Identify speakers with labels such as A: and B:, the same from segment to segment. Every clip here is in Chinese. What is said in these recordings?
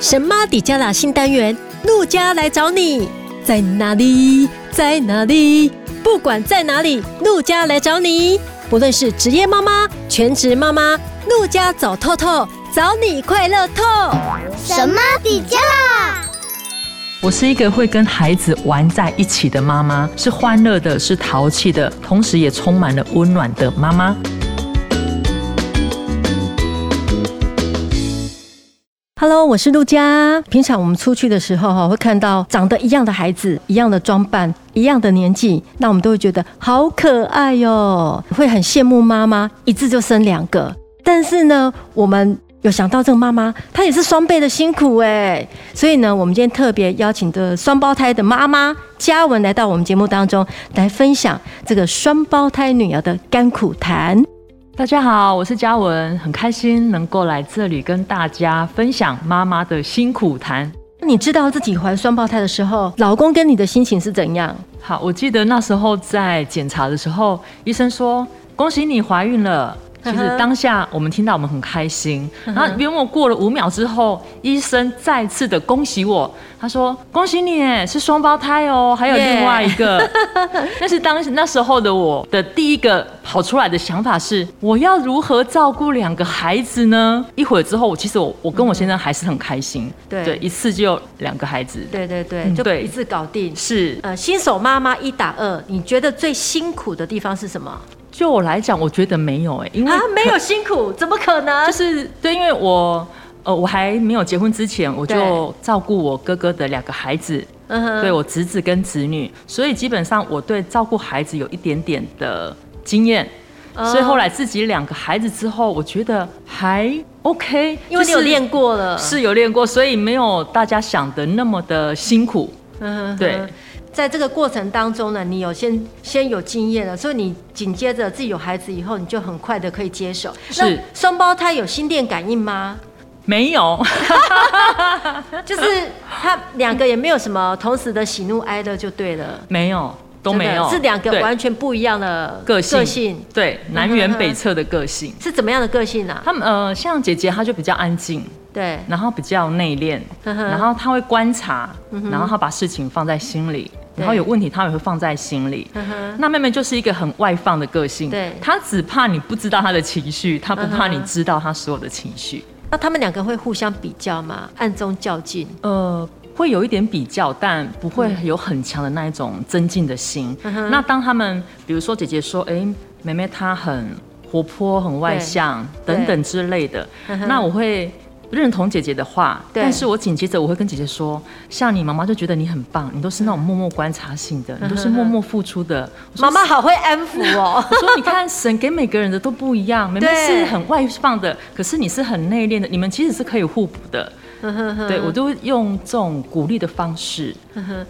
A: 神妈底加拉新单元，陆家来找你，在哪里？在哪里？不管在哪里，陆家来找你。不论是职业妈妈、全职妈妈，陆家走透透，找你快乐透。
B: 什么比较啦？
C: 我是一个会跟孩子玩在一起的妈妈，是欢乐的，是淘气的，同时也充满了温暖的妈妈。
A: Hello，我是陆佳。平常我们出去的时候哈，会看到长得一样的孩子、一样的装扮、一样的年纪，那我们都会觉得好可爱哟、会很羡慕妈妈一次就生两个。但是呢，我们有想到这个妈妈，她也是双倍的辛苦哎，所以呢，我们今天特别邀请的双胞胎的妈妈嘉文来到我们节目当中，来分享这个双胞胎女儿的甘苦谈。
C: 大家好，我是嘉文，很开心能够来这里跟大家分享妈妈的辛苦谈。
A: 你知道自己怀双胞胎的时候，老公跟你的心情是怎样？
C: 好，我记得那时候在检查的时候，医生说恭喜你怀孕了。其
A: 嗯
C: 实
A: 哼嗯
C: 当下我们听到我们很开心，然后约莫过了五秒之后，医生再次的恭喜我，他说恭喜你耶，是双胞胎哦，还有
A: 耶
C: 另外一个。 但是当时那时候的我的第一个跑出来的想法是，我要如何照顾两个孩子呢？一会儿之后，我其实我我跟我先生还是很开心，
A: 嗯对
C: 一次就两个孩子，
A: 对对对，
C: 嗯
A: 就
C: 对
A: 一次搞定。
C: 是
A: 呃，新手妈妈一打二，你觉得最辛苦的地方是什么？啊，
C: 就我来讲，我觉得没有哎，因为
A: 没有辛苦，怎么可能
C: 就？是对，因为我呃我还没有结婚之前，我就
A: 对
C: 照顾我哥哥的两个孩子，
A: 嗯哼
C: 对我侄子跟侄女，所以基本上我对照顾孩子有一点点的经验。
A: 哦
C: 所以后来自己两个孩子之后，我觉得还 OK，
A: 因为你有
C: 就是
A: 练过了，
C: 是有练过，所以没有大家想的那么的辛苦。
A: 嗯哼
C: 对。
A: 在这个过程当中呢，你有先先有经验了，所以你紧接着自己有孩子以后，你就很快的可以接手。
C: 是
A: 那双胞胎有心电感应吗？
C: 没有，
A: 就是他两个也没有什么同时的喜怒哀乐，就对了。
C: 没有，都没
A: 真
C: 有，
A: 的是两个
C: 对
A: 完全不一样的
C: 个性，
A: 个性
C: 对南
A: 嗯
C: 辕
A: 哼
C: 北辙的个性。
A: 是怎么样的个性啊？
C: 他们呃，像姐姐她就比较安静，
A: 对，
C: 然后比较内敛，
A: 呵呵
C: 然后他会观察，然后他把事情放在心里，
A: 嗯对
C: 然后有问题他也会放在心里。
A: 嗯哼，
C: 那妹妹就是一个很外放的个性，
A: 对
C: 她只怕你不知道她的情绪，她不
A: 嗯哼
C: 怕你知道她所有的情绪。
A: 那他们两个会互相比较吗？暗中较劲，
C: 呃，会有一点比较，但不会有很强的那一种增进的心。
A: 嗯
C: 那当他们比如说姐姐说，哎、妹妹她很活泼、很外向
A: 对
C: 等等之类的，
A: 嗯哼
C: 那我会。认同姐姐的话，
A: 对
C: 但是我紧接着我会跟姐姐说，像你妈妈就觉得你很棒，你都是那种默默观察型的，你都是默默付出的。我
A: 嗯
C: 说
A: 妈妈好会安抚哦。
C: 我说：“你看，神给每个人的都不一样。妹妹
A: 对
C: 是很外放的，可是你是很内敛的，你们其实是可以互补的。
A: 嗯
C: 对我都会用这种鼓励的方式。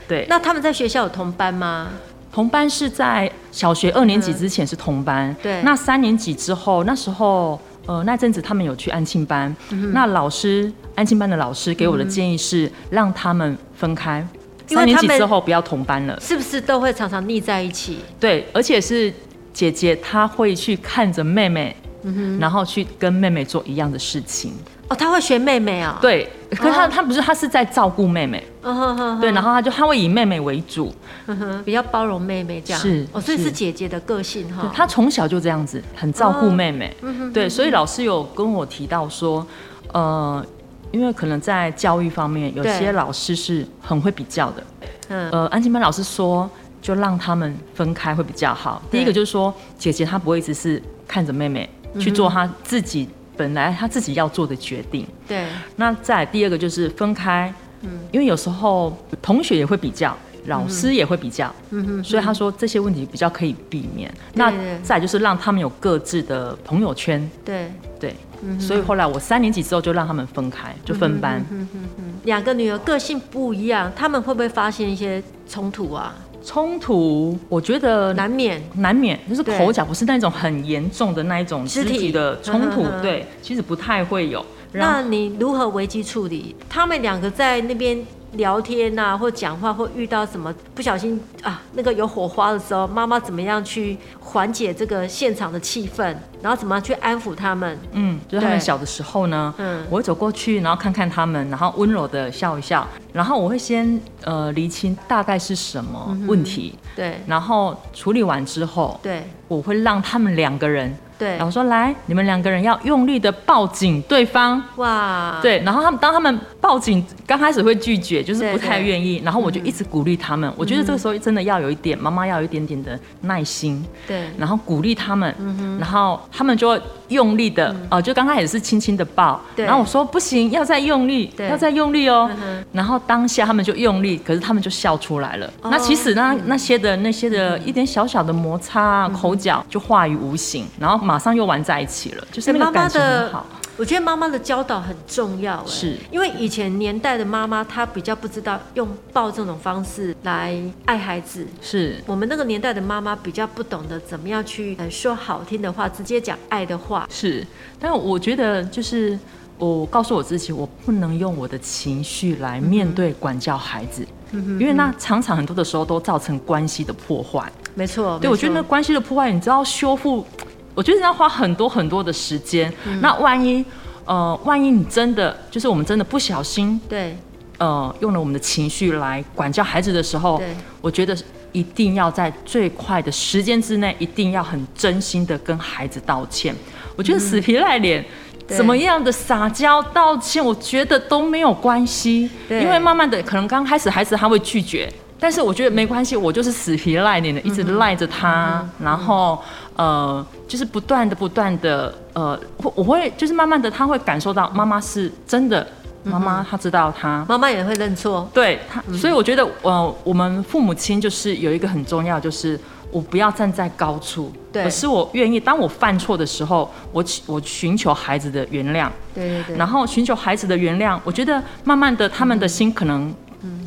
C: 对，那
A: 那他们在学校有同班吗？
C: 同班是在小学二年级之前是同班，
A: 对
C: 那三年级之后，那时候呃那阵子他们有去安庆班，
A: 嗯
C: 那老师安庆班的老师给我的建议是让他们分开。”
A: 嗯因为
C: 三年级
A: 他们
C: 之后不要同班了，
A: 是不是都会常常腻在一起？
C: 对，而且是姐姐她会去看着妹妹，
A: 嗯
C: 然后去跟妹妹做一样的事情。
A: 哦，他会学妹妹啊、哦。
C: 对，可是她、她不是她是在照顾妹妹，
A: 嗯哼哼，
C: 对，然后她就她会以妹妹为主，
A: 嗯哼比较包容妹妹这样。
C: 是
A: 哦，所以是
C: 是
A: 姐姐的个性哈、
C: 她从小就这样子，很照顾妹妹。
A: 哦嗯
C: 对，所以老师有跟我提到说，呃。因为可能在教育方面，有
A: 对
C: 些老师是很会比较的。
A: 嗯，
C: 呃，安静班老师说，就让他们分开会比较好。
A: 对嗯
C: 第一个就是说，姐姐她不会只是看着妹妹去做她自己本来她自己要做的决定。
A: 对，
C: 那再来第二个就是分开，
A: 嗯
C: 因为有时候同学也会比较。老师也会比较，
A: 嗯
C: 所以他说这些问题比较可以避免。那
A: 对
C: 再来就是让他们有各自的朋友圈，
A: 对，
C: 对，
A: 嗯
C: 所以后来我三年级之后就让他们分开，就分班。
A: 嗯两个女儿个性不一样，他们会不会发现一些冲突啊？
C: 冲突我觉得
A: 难免。
C: 难免就是
A: 对
C: 口角，不是那种很严重的那一种
A: 肢
C: 肢
A: 体
C: 体的冲突
A: 嗯哼哼，
C: 对，其实不太会有。然后
A: 那你如何危机处理？他们两个在那边聊天呐、或讲话，或遇到什么不小心啊，那个有火花的时候，妈妈怎么样去缓解这个现场的气氛，然后怎么样去安抚他们？
C: 嗯，就是他们
A: 对
C: 小的时候呢，
A: 嗯
C: 我会走过去，然后看看他们，然后温柔的笑一笑，然后我会先呃厘清大概是什么问题，
A: 对
C: 然后处理完之
A: 嗯
C: 后，
A: 对
C: 我会让他们两个人，
A: 对
C: 然，后说来，你们两个人要用力的抱紧对方。
A: 哇，
C: 对，然后他们当他们报警，刚开始会拒绝，就是
A: 对
C: 不太
A: 对嗯
C: 愿意。然后我就一直鼓励他们，我觉得这个时候真的要有一点，妈妈要有一点点的耐心，
A: 对
C: 然后鼓励他们，
A: 嗯
C: 然后他们就会用力的，哦，就刚开始是轻轻的抱，
A: 对
C: 然后我说不行，要再用力，
A: 对
C: 要再用力哦
A: 嗯哼。
C: 然后当下他们就用力，可是他们就笑出来了。
A: 哦
C: 那其实
A: 嗯
C: 呢，那些的那些的一点小小的摩擦啊，口角就化于无形，然后马上又玩在一起了，就是那
A: 妈
C: 个
A: 妈
C: 感情很
A: 的
C: 好。，
A: 我觉得妈妈的教导很重要，哎
C: 是
A: 因为以前年代的妈妈，她比较不知道用抱这种方式来爱孩子。
C: 是，
A: 我们那个年代的妈妈比较不懂得怎么样去呃说好听的话，直接讲爱的话。
C: 是，但我觉得就是我告诉我自己，我不能用我的情绪
A: 嗯
C: 来面对管教孩子，因为那常常很多的时候都造成关系的破坏。
A: 没错，
C: 对，我觉得
A: 没
C: 那
A: 错
C: 关系的破坏，你知道修复，我觉得要花很多很多的时间。
A: 嗯
C: 那万一呃，万一你真的就是我们真的不小心
A: 对
C: 呃用了我们的情绪来管教孩子的时候
A: 对，
C: 我觉得一定要在最快的时间之内，一定要很真心的跟孩子道歉。我觉得死皮赖脸。
A: 嗯对
C: 怎么样的撒娇道歉，我觉得都没有关系，
A: 对
C: 因为慢慢的，可能刚开始孩子他会拒绝，但是我觉得没关系，我就是死皮赖脸的一直赖着
A: 嗯
C: 他，然后呃，就是不断的不断的呃，我我会就是慢慢的他会感受到妈妈是真的，
A: 嗯
C: 妈妈她知道他，
A: 妈妈也会认错。
C: 对他，
A: 嗯
C: 所以我觉得，呃，我们父母亲就是有一个很重要，就是我不要站在高处，
A: 对
C: 可是我愿意，当我犯错的时候，我去我寻求孩子的原谅，
A: 对对对，
C: 然后寻求孩子的原谅，我觉得慢慢的他们的心可能。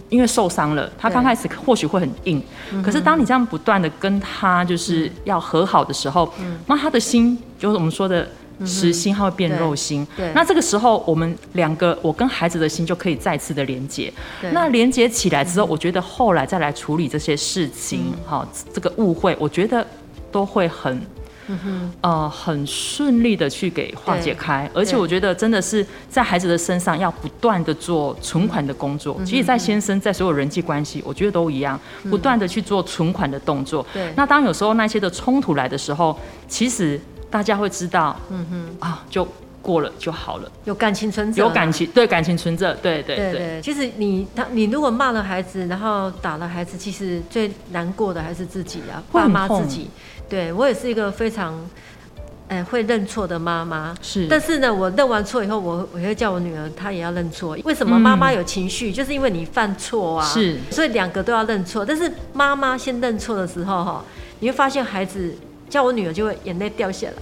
C: 因为受伤了，他
A: 嗯对嗯
C: 刚开始或许会很硬，可是当你这样不断的跟他就是要和好的时候，那他的心就是我们说的实心，他会变肉心。
A: 嗯对对
C: 那这个时候我们两个，我跟孩子的心就可以再次的连接。
A: 对
C: 那连接起来之后，我觉得后来再来处理这些事情，好、这个误会，我觉得都会很呃很顺利的去给化解开，而且我觉得真的是在孩子的身上要不断的做存款的工作。其实，在先生在所有人际关系，我觉得都一样，不断的去做存款的动作。
A: 对
C: 那当有时候那些的冲突来的时候，其实大家会知道，嗯哼，啊，就过了就好了，
A: 有感情存折，
C: 有感情，对感情存着，对对
A: 对对，
C: 对。
A: 其实你他你如果骂了孩子，然后打了孩子，其实最难过的还是自己啊，
C: 会
A: 爸
C: 很
A: 妈
C: 痛
A: 自己。对我也是一个非常，哎、会认错的妈妈。
C: 是
A: 但是呢，我认完错以后，我我会叫我女儿，她也要认错。为什么妈妈有情绪，就是因为你犯错啊。
C: 嗯是
A: 所以两个都要认错。但是妈妈先认错的时候，哈，你会发现孩子，叫我女儿就会眼泪掉下来。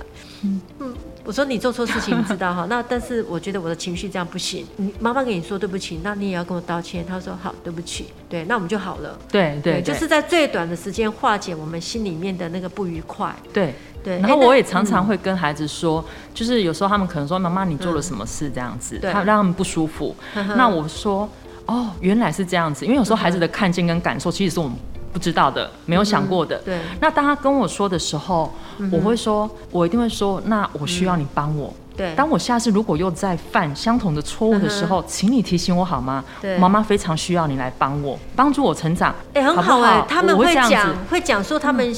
C: 嗯
A: 嗯我说你做错事情，你知道哈。那但是我觉得我的情绪这样不行。你妈妈跟你说对不起，那你也要跟我道歉。她说好，对不起。对，那我们就好了。
C: 对对，
A: 就是在最短的时间化解我们心里面的那个不愉快。
C: 对。
A: 对，
C: 然后
A: 哎那
C: 我也常常会跟孩子说，就是有时候他们可能说：“妈妈，你做了什么事？”这样子，
A: 嗯对
C: 他让他们不舒服。那我说：“哦，原来是这样子。”因为有时候
A: 嗯
C: 孩子的看见跟感受，其实是我们不知道的，没有想过的。
A: 对嗯
C: 那当他跟我说的时候，我会说，我一定会说：“那我需要你帮我。”
A: 对嗯
C: 当我下次如果又再犯相同的错误的时候，请你提醒我好吗？
A: 对
C: 妈妈非常需要你来帮我，帮助我成长。
A: 哎、很
C: 好
A: 好
C: 不
A: 哎、
C: 好
A: 他们
C: 我会
A: 会
C: 这样
A: 讲
C: 子，嗯
A: 会讲说他们、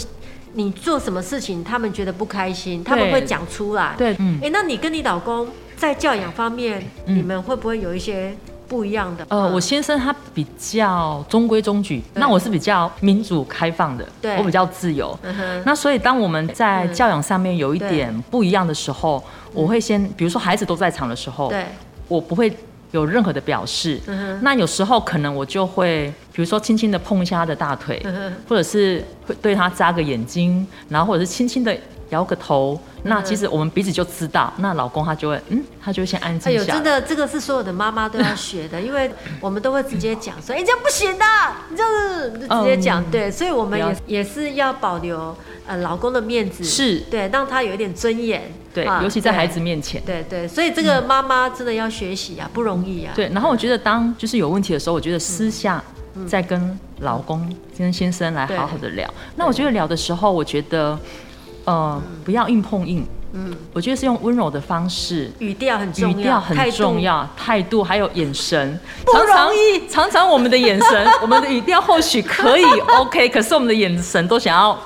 A: 你做什么事情，他们觉得不开心，他们
C: 对
A: 会讲出来。
C: 对嗯
A: 哎、那你跟你老公在教养方面，你们会不会有一些不一样的？
C: 呃，
A: 嗯
C: 我先生他比较中规中矩，
A: 对
C: 那我是比较民主开放的，
A: 对
C: 我比较自由。
A: 嗯哼嗯
C: 那所以当我们在教养上面有一
A: 对
C: 点不一样的时候，我会先，比如说孩子都在场的时候，
A: 对
C: 我不会有任何的表示。
A: 嗯哼
C: 那有时候可能我就会，比如说轻轻的碰一下他的大腿，
A: 嗯哼
C: 或者是会对他眨个眼睛，然后或者是轻轻的摇个头，
A: 嗯
C: 那其实我们彼此就知道，那老公他就会嗯，他就会先安
A: 哎
C: 静
A: 呦，
C: 下来。
A: 真的，这个是所有的妈妈都要学 的，因为我们都会直接讲说，哎、这样不行的，你这样子就直接讲，
C: 嗯
A: 对，所以我们
C: 了
A: 也
C: 解
A: 也是要保留呃老公的面子，
C: 是
A: 对，让他有一点尊严，
C: 对，
A: 啊
C: 尤其在
A: 对
C: 孩子面前。
A: 对对，所以这个妈妈真的要学习啊，不容易啊，
C: 对，然后我觉得当就是有问题的时候，我觉得私下再跟老公、跟先生来
A: 嗯对
C: 好好的聊。那我觉得聊的时候，我觉得呃不要硬碰硬，嗯，我觉得是用温柔的方式。
A: 语调很重
C: 语
A: 要，
C: 调很
A: 态度
C: 重，要，态度还有眼神，
A: 不容易
C: 常常常常我们的眼 神，我们的语调或许可以 OK，可是我们的眼神都 想要，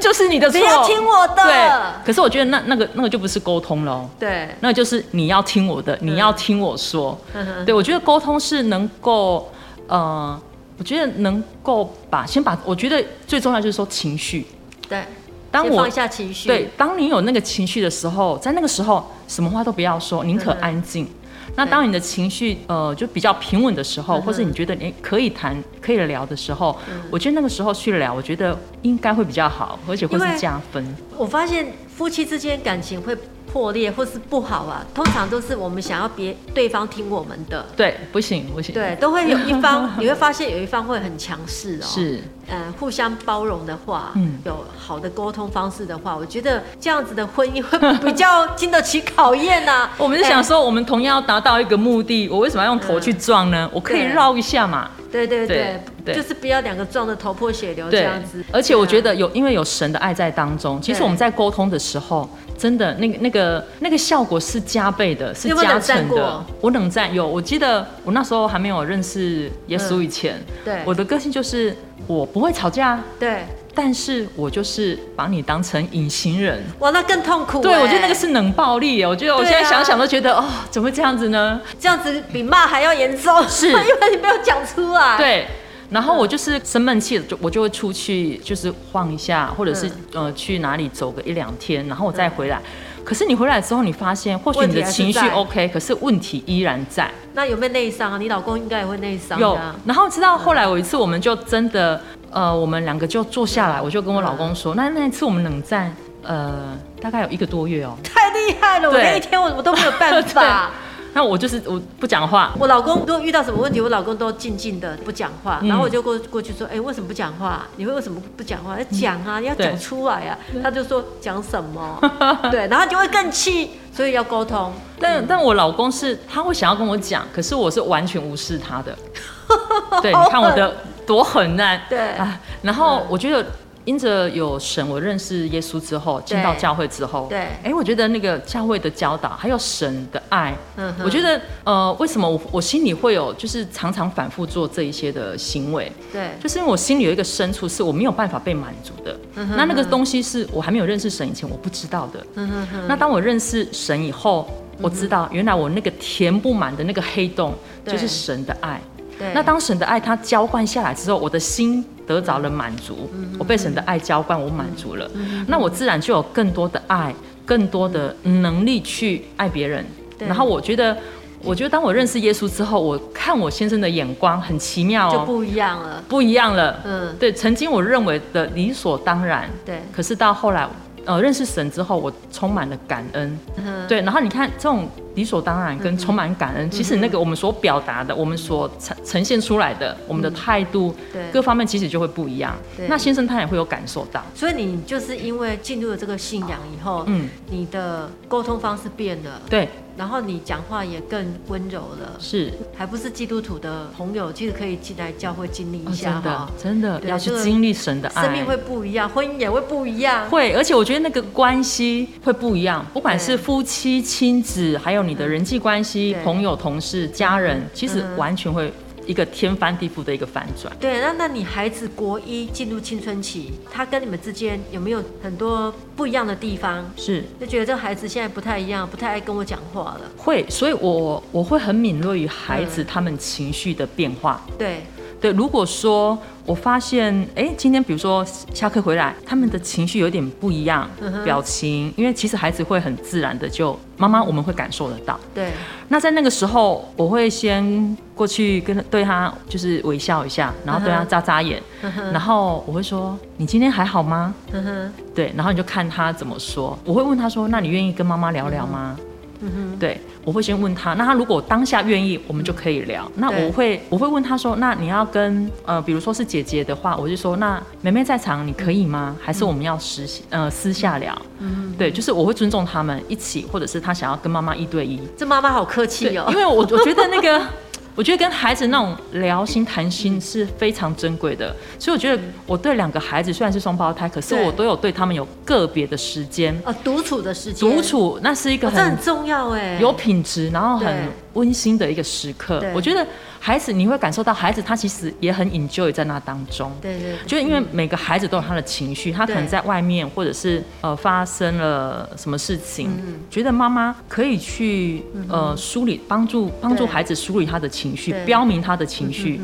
C: 就是你的错，
A: 你要听我的
C: 对，可是我觉得那那个那个就不是沟通哦喽。
A: 对，
C: 那就是你要听我
A: 嗯
C: 的，你要听我说。对，我觉得沟通是能够，呃，我觉得能够把先把，我觉得最重要就是说情绪。
A: 对，
C: 当
A: 先
C: 我
A: 放下情绪，
C: 对，当你有那个情绪的时候，在那个时候什么话都不要说，宁可
A: 嗯哼嗯
C: 安静。那当你的情绪呃就比较平稳的时候，或是你觉得你可以谈、可以聊的时候，我觉得那个时候去聊，我觉得应该会比较好，而且会
A: 因
C: 是
A: 为
C: 加分。
A: 我发现夫妻之间感情会破裂或是不好啊，通常都是我们想要别对方听我们的。
C: 对，不行不行，，
A: 对，都会有一 方，你会发现有一方会很强势哦。，
C: 是。
A: 呃，互相包容的话，
C: 嗯
A: 有好的沟通方式的话，我觉得这样子的婚姻会比较经得起考验啊哎呐、
C: 我们就想说，我们同样要达到一个目的，我为什么要用头去撞呢？我可以
A: 嗯对
C: 绕一下嘛。
A: 哎，对对对，
C: 对对
A: 就是不要两个撞得头破血流哦这
C: 对
A: 样子。，
C: 而且我觉
A: 对啊
C: 得有，因为有神的爱在当中，其实
A: 对
C: 我们在沟通的时候，真的那个那个那个效果是加倍的，是
A: 你有没有
C: 加
A: 冷战
C: 成的
A: 过。
C: 我冷战有，我记得我那时候还没有认识耶稣以前，
A: 对
C: 我的个性就是我不会吵架，
A: 对，
C: 但是我就是把你当成隐形人。
A: 哇，那更痛苦哎、
C: 对，我觉得那个是冷暴力耶，我觉得我
A: 对啊
C: 现在想想都觉得，哦，怎么会这样子呢？
A: 这样子比骂还要严重，
C: 是
A: 因为你没有讲出来。，
C: 对。
A: 嗯
C: 然后我就是生闷气了，就我就会出去，就是晃一下，或者是、
A: 嗯
C: 呃去哪里走个一两天，然后我再回来。可是你回来之后，你发现或许
A: 问
C: 你
A: 题
C: 的
A: 还是
C: 情绪
A: 在
C: OK，可是问题依然在。
A: 那有没有内伤啊？你老公应该也会内伤的
C: 有
A: 啊、，
C: 然后直到后来有一次，我们就真的呃，我们两个就坐下来，我就跟我
A: 嗯
C: 老公说，那那一次我们冷战，呃，大概有一个多月哦。
A: 太厉害了！我
C: 对
A: 那一天我我都没有办法。
C: 那我就是我不讲话，
A: 我老公如果遇到什么问题，我老公都静静的不讲话，
C: 嗯
A: 然后我就过过去说：“哎、为什么不讲话？你会为什么不讲话？要讲啊，要讲出来啊。”他就说：“讲什么？” 对，然后就会更气，所以要沟通。
C: 但但我老公是他会想要跟我讲，可是我是完全无视 他的。对，你看我的多狠呐！
A: 对嗯
C: 啊，然后我觉得。因着有神，我认识耶稣之后，进到教会之后，
A: 对
C: 哎、我觉得那个教会的教导，还有神的爱，
A: 嗯哼
C: 我觉得，呃，为什么我我心里会有，就是常常反复做这一些的行为，
A: 对
C: 就是因为我心里有一个深处是我没有办法被满足的，
A: 嗯
C: 那那个东西是我还没有认识神以前我不知道的，
A: 嗯
C: 那当我认识神以后，我知道原来我那个填不满的那个黑洞
A: 对
C: 就是神的爱。
A: 对，
C: 那当神的爱它浇灌下来之后，我的心得着了满足，
A: 嗯
C: 我被神的爱浇灌，我满足了，那我自然就有更多的爱，更多的能力去爱别人。
A: 对
C: 然后我觉得，我觉得当我认识耶稣之后，我看我先生的眼光很奇妙
A: 就
C: 哦。
A: 不一样了。
C: 不一样了，
A: 嗯
C: 对，曾经我认为的理所当然，
A: 对
C: 可是到后来，呃，认识神之后，我充满了感恩，
A: 嗯
C: 对，然后你看这种理所当然跟充满感恩，其实那
A: 嗯
C: 个我们所表达的，我们所呈呈现出来的，我们的态度，
A: 嗯对
C: 各方面其实就会不一样
A: 对。
C: 那先生他也会有感受到，
A: 所以你就是因为进入了这个信仰以后，
C: 嗯
A: 你的沟通方式变了，
C: 对，
A: 然后你讲话也更温柔了。
C: 是，
A: 还不是基督徒的朋友，其实可以进来教会经历一
C: 哦
A: 下
C: 真的哎
A: 哈，
C: 真的
A: 对
C: 要去
A: 这个
C: 经历神的爱，
A: 生命会不一样，婚姻也会不一样。
C: 会，而且我觉得那个关系会不一样，不管
A: 对嗯
C: 是夫妻、亲子，还有你的人际关系
A: 对、
C: 朋友、同事、家人，其实
A: 嗯哼
C: 完全会一个天翻地覆的一个反转。
A: 对，那那你孩子国一进入青春期，他跟你们之间有没有很多不一样的地方？
C: 是
A: 就觉得这孩子现在不太一样，不太爱跟我讲话了。嗯
C: 会，所以我我会很敏锐于孩子他们情绪的变化。
A: 对，
C: 对，如果说我发现，哎、今天比如说下课回来，他们的情绪有点不一样，
A: 嗯
C: 表情，因为其实孩子会很自然的就，妈妈我们会感受得到。
A: 对，
C: 那在那个时候，我会先过去跟他对他就是微笑一下，然后对他
A: 嗯哼
C: 眨眨眼，然后我会说：“你今天还好吗
A: 嗯哼，？”
C: 对，然后你就看他怎么说。我会问他说：“那你愿意跟妈妈聊聊吗？”
A: 嗯
C: 对，我会先问他。那他如果当下愿意，我们就可以聊。那
A: 对
C: 我会我会问他说：“那你要跟呃，比如说是姐姐的话，我就说那妹妹在场，你可以
A: 嗯
C: 吗？还是我们要私呃私下聊？”对，就是我会尊重他们一起，或者是他想要跟妈妈一对一。
A: 这妈妈好客
C: 对，
A: 气哦
C: 因。为我我觉得 那个，我觉得跟孩子那种聊心谈心
A: 嗯
C: 是非常珍贵的，所以我觉得我对两个孩子虽然是双胞胎，可是
A: 对
C: 我都有对他们有个别的时间
A: 哦，独处的时间，
C: 独处，那是一个
A: 哦，这
C: 很
A: 很重要哎。
C: 有品质，然后
A: 对
C: 很温馨的一个时刻
A: 对。
C: 我觉得孩子你会感受到孩子他其实也很 enjoy 在那当中。
A: 对对对
C: 就是因为每个孩子都有他的情绪，他可能
A: 对
C: 在外面或者是呃发生了什么事情，
A: 嗯
C: 觉得妈妈可以去呃梳理，帮助帮助
A: 对
C: 孩子梳理他的情绪
A: 对，嗯
C: 标明他的情绪。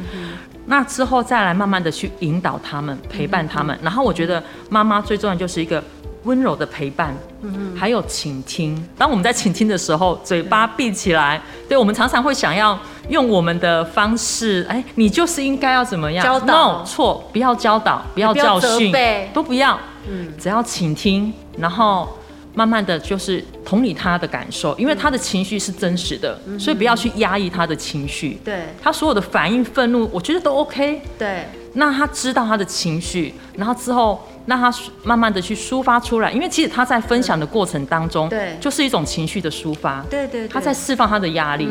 C: 那之后再来慢慢的去引导他们，
A: 嗯
C: 陪伴他们。然后我觉得妈妈最重要就是一个温柔的陪伴，
A: 嗯
C: 还有倾听。当我们在倾听的时候，嘴巴
A: 嗯
C: 闭起来，对我们常常会想要用我们的方式，哎，你就是应该要怎么样
A: 教导
C: No，错，不要教导，不要
A: 不要
C: 教
A: 责
C: 训
A: 备，
C: 都不要，
A: 嗯
C: 只要倾听，然后。慢慢的就是同理他的感受，因为他的情绪是真实的，
A: 嗯
C: 所以不要去压抑他的情绪。
A: 对
C: 他所有的反应、愤怒，我觉得都 OK。
A: 对
C: 那他知道他的情绪，然后之后让他慢慢的去抒发出来，因为其实他在分享的过程当中，
A: 对
C: 就是一种情绪的抒发，
A: 对对，嗯
C: 他在释放他的压力，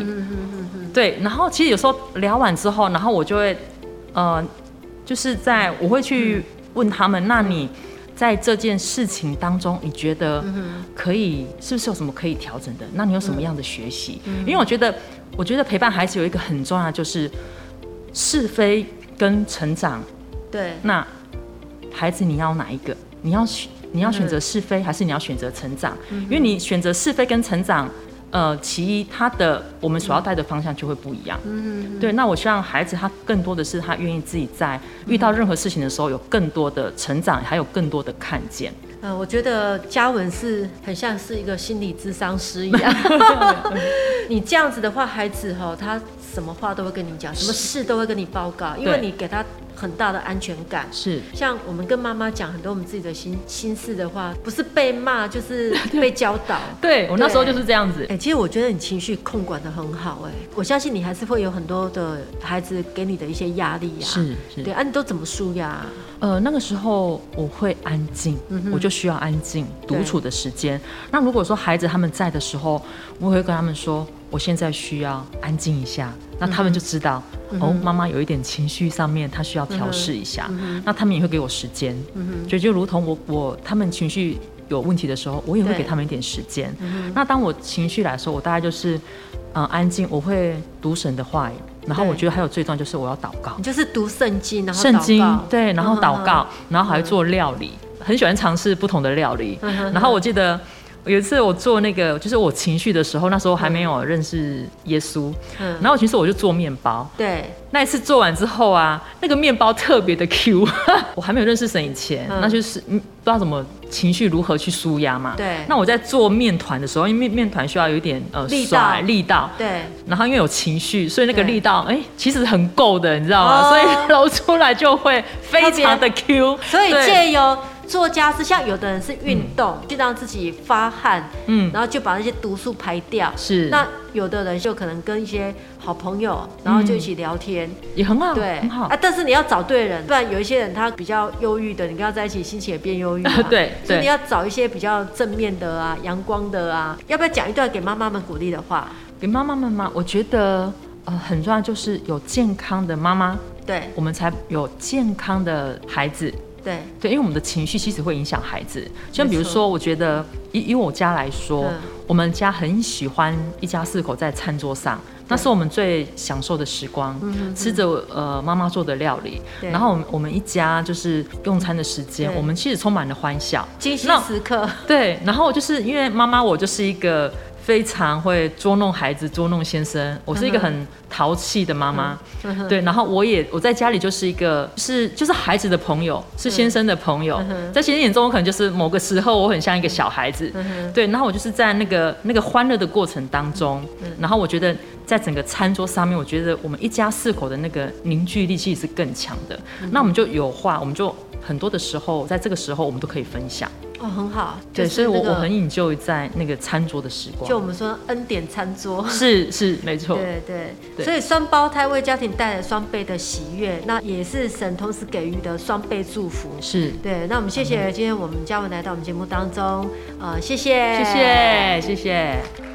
C: 对。然后其实有时候聊完之后，然后我就会，呃，就是在我会去问他们，那你在这件事情当中，你觉得
A: 嗯
C: 可以是不是有什么可以调整的？那你有什么样的学习？
A: 嗯
C: 因为我觉得，我觉得陪伴孩子有一个很重要的就是是非跟成长。
A: 对
C: 那孩子你要哪一个？你要选你要选择是非，还是你要选择成长？因为你选择是非跟成长，呃，其一，他的我们所要带的方向就会不一样。嗯，对。那我希望孩子他更多的是他愿意自己在遇到任何事情的时候有更多的成长，还有更多的看见。
A: 呃，我觉得嘉文是很像是一个心理咨商师一 样。 你这样子的话，孩子哈、他什么话都会跟你讲，什么事都会跟你报告，因为
C: 对
A: 你给他很大的安全感。
C: 是
A: 像我们跟妈妈讲很多我们自己的心心事的话，不是被骂 就是被教导。
C: 对我那时候
A: 对
C: 就是这样子
A: 哎、。其实我觉得你情绪控管的很好、哎，我相信你还是会有很多的孩子给你的一些压力呀、
C: 是是
A: 对，啊，你都怎么舒压、啊
C: 呃，那个时候我会安静，我就需要安静
A: 嗯对
C: 独处的时间。那如果说孩子他们在的时候，我会跟他们说，我现在需要安静一下，那
A: 嗯
C: 他们就知道、哦，妈妈有一点情绪上面，她需要
A: 嗯
C: 调试一下。那他们也会给我时间，所以就如同我我他们情绪。有问题的时候，我也会
A: 对嗯
C: 给他们一点时间。那当我情绪来的时候，我大概就是，呃，安静，我会读神的话语，然后
A: 对
C: 我觉得还有最重要就是我要祷告
A: 你。就是读圣经，然后
C: 圣
A: 祷
C: 经
A: 告，
C: 对，然后
A: 嗯
C: 祷告，然后还做料理，很喜欢尝试不同的料理。
A: 嗯
C: 然后我记得有一次我做那个，就是我情绪的时候，那时候还没有认识耶稣，
A: 嗯
C: 然后我其实我就做面包。
A: 对，
C: 那一次做完之后啊，那个面包特别的 Q，我还没有认识神以前，
A: 嗯
C: 那就是嗯不知道怎么情绪如何去舒压嘛。
A: 对
C: 那我在做面团的时候，因为面面团需要有一点呃
A: 力
C: 甩
A: 道
C: 力道，
A: 对，
C: 然后因为有情绪，所以那个
A: 对
C: 力道哎、其实很够的，你知道吗？
A: 哦
C: 所以揉出来就会非常的 Q。
A: 所以
C: 对
A: 借由做家事，像有的人是运动，去让自己发汗，嗯
C: 嗯，
A: 然后就把那些毒素排掉。
C: 是
A: 那有的人就可能跟一些好朋友，然后就一起聊天，
C: 也很好，
A: 对，
C: 嗯很好。
A: 啊。。但是你要找对人，不然有一些人他比较忧郁的，你跟他在一起心情也变忧郁、啊
C: 对
A: 所以
C: 对
A: 你要找一些比较正面的啊，阳光的啊。要不要讲一段给妈妈们鼓励的话？
C: 给妈妈们嘛，我觉得呃很重要，就是有健康的妈妈，
A: 对
C: 我们才有健康的孩子。
A: 对
C: 对，因为我们的情绪其实会影响孩子。像
A: 没
C: 比如
A: 错
C: 说，我觉得以以我家来说，
A: 嗯
C: 我们家很喜欢一家四口在餐桌上，那是我们最享受的时光，
A: 嗯
C: 吃着呃妈妈做的料理，
A: 对
C: 然后我们我们一家就是用餐的时间，
A: 对
C: 我们其实充满了欢笑。
A: 精心
C: 那
A: 时刻，
C: 对，然后我就是因为妈妈，我就是一个非常会捉弄孩子、捉弄先生。我是一个很淘气的妈妈，对。然后我也我在家里就是一个是就是孩子的朋友，是先生的朋友。在先生眼中，我可能就是某个时候我很像一个小孩子，对。然后我就是在那个那个欢乐的过程当中，然后我觉得在整个餐桌上面，我觉得我们一家四口的那个凝聚力其实是更强的。那我们就有话，我们就很多的时候，在这个时候我们都可以分享。
A: 哦，很好，
C: 对，
A: 就是
C: 所以我
A: 那个
C: 我很啊 enjoy 在那个餐桌的时光。
A: 就我们说恩典餐桌，
C: 是是没错，
A: 对对，
C: 对
A: 所以双胞胎为家庭带来双倍的喜悦，那也是神同时给予的双倍祝福。
C: 是，
A: 对，那我们谢谢今天我们嘉文来到我们节目当中，呃，谢谢，
C: 谢谢谢谢。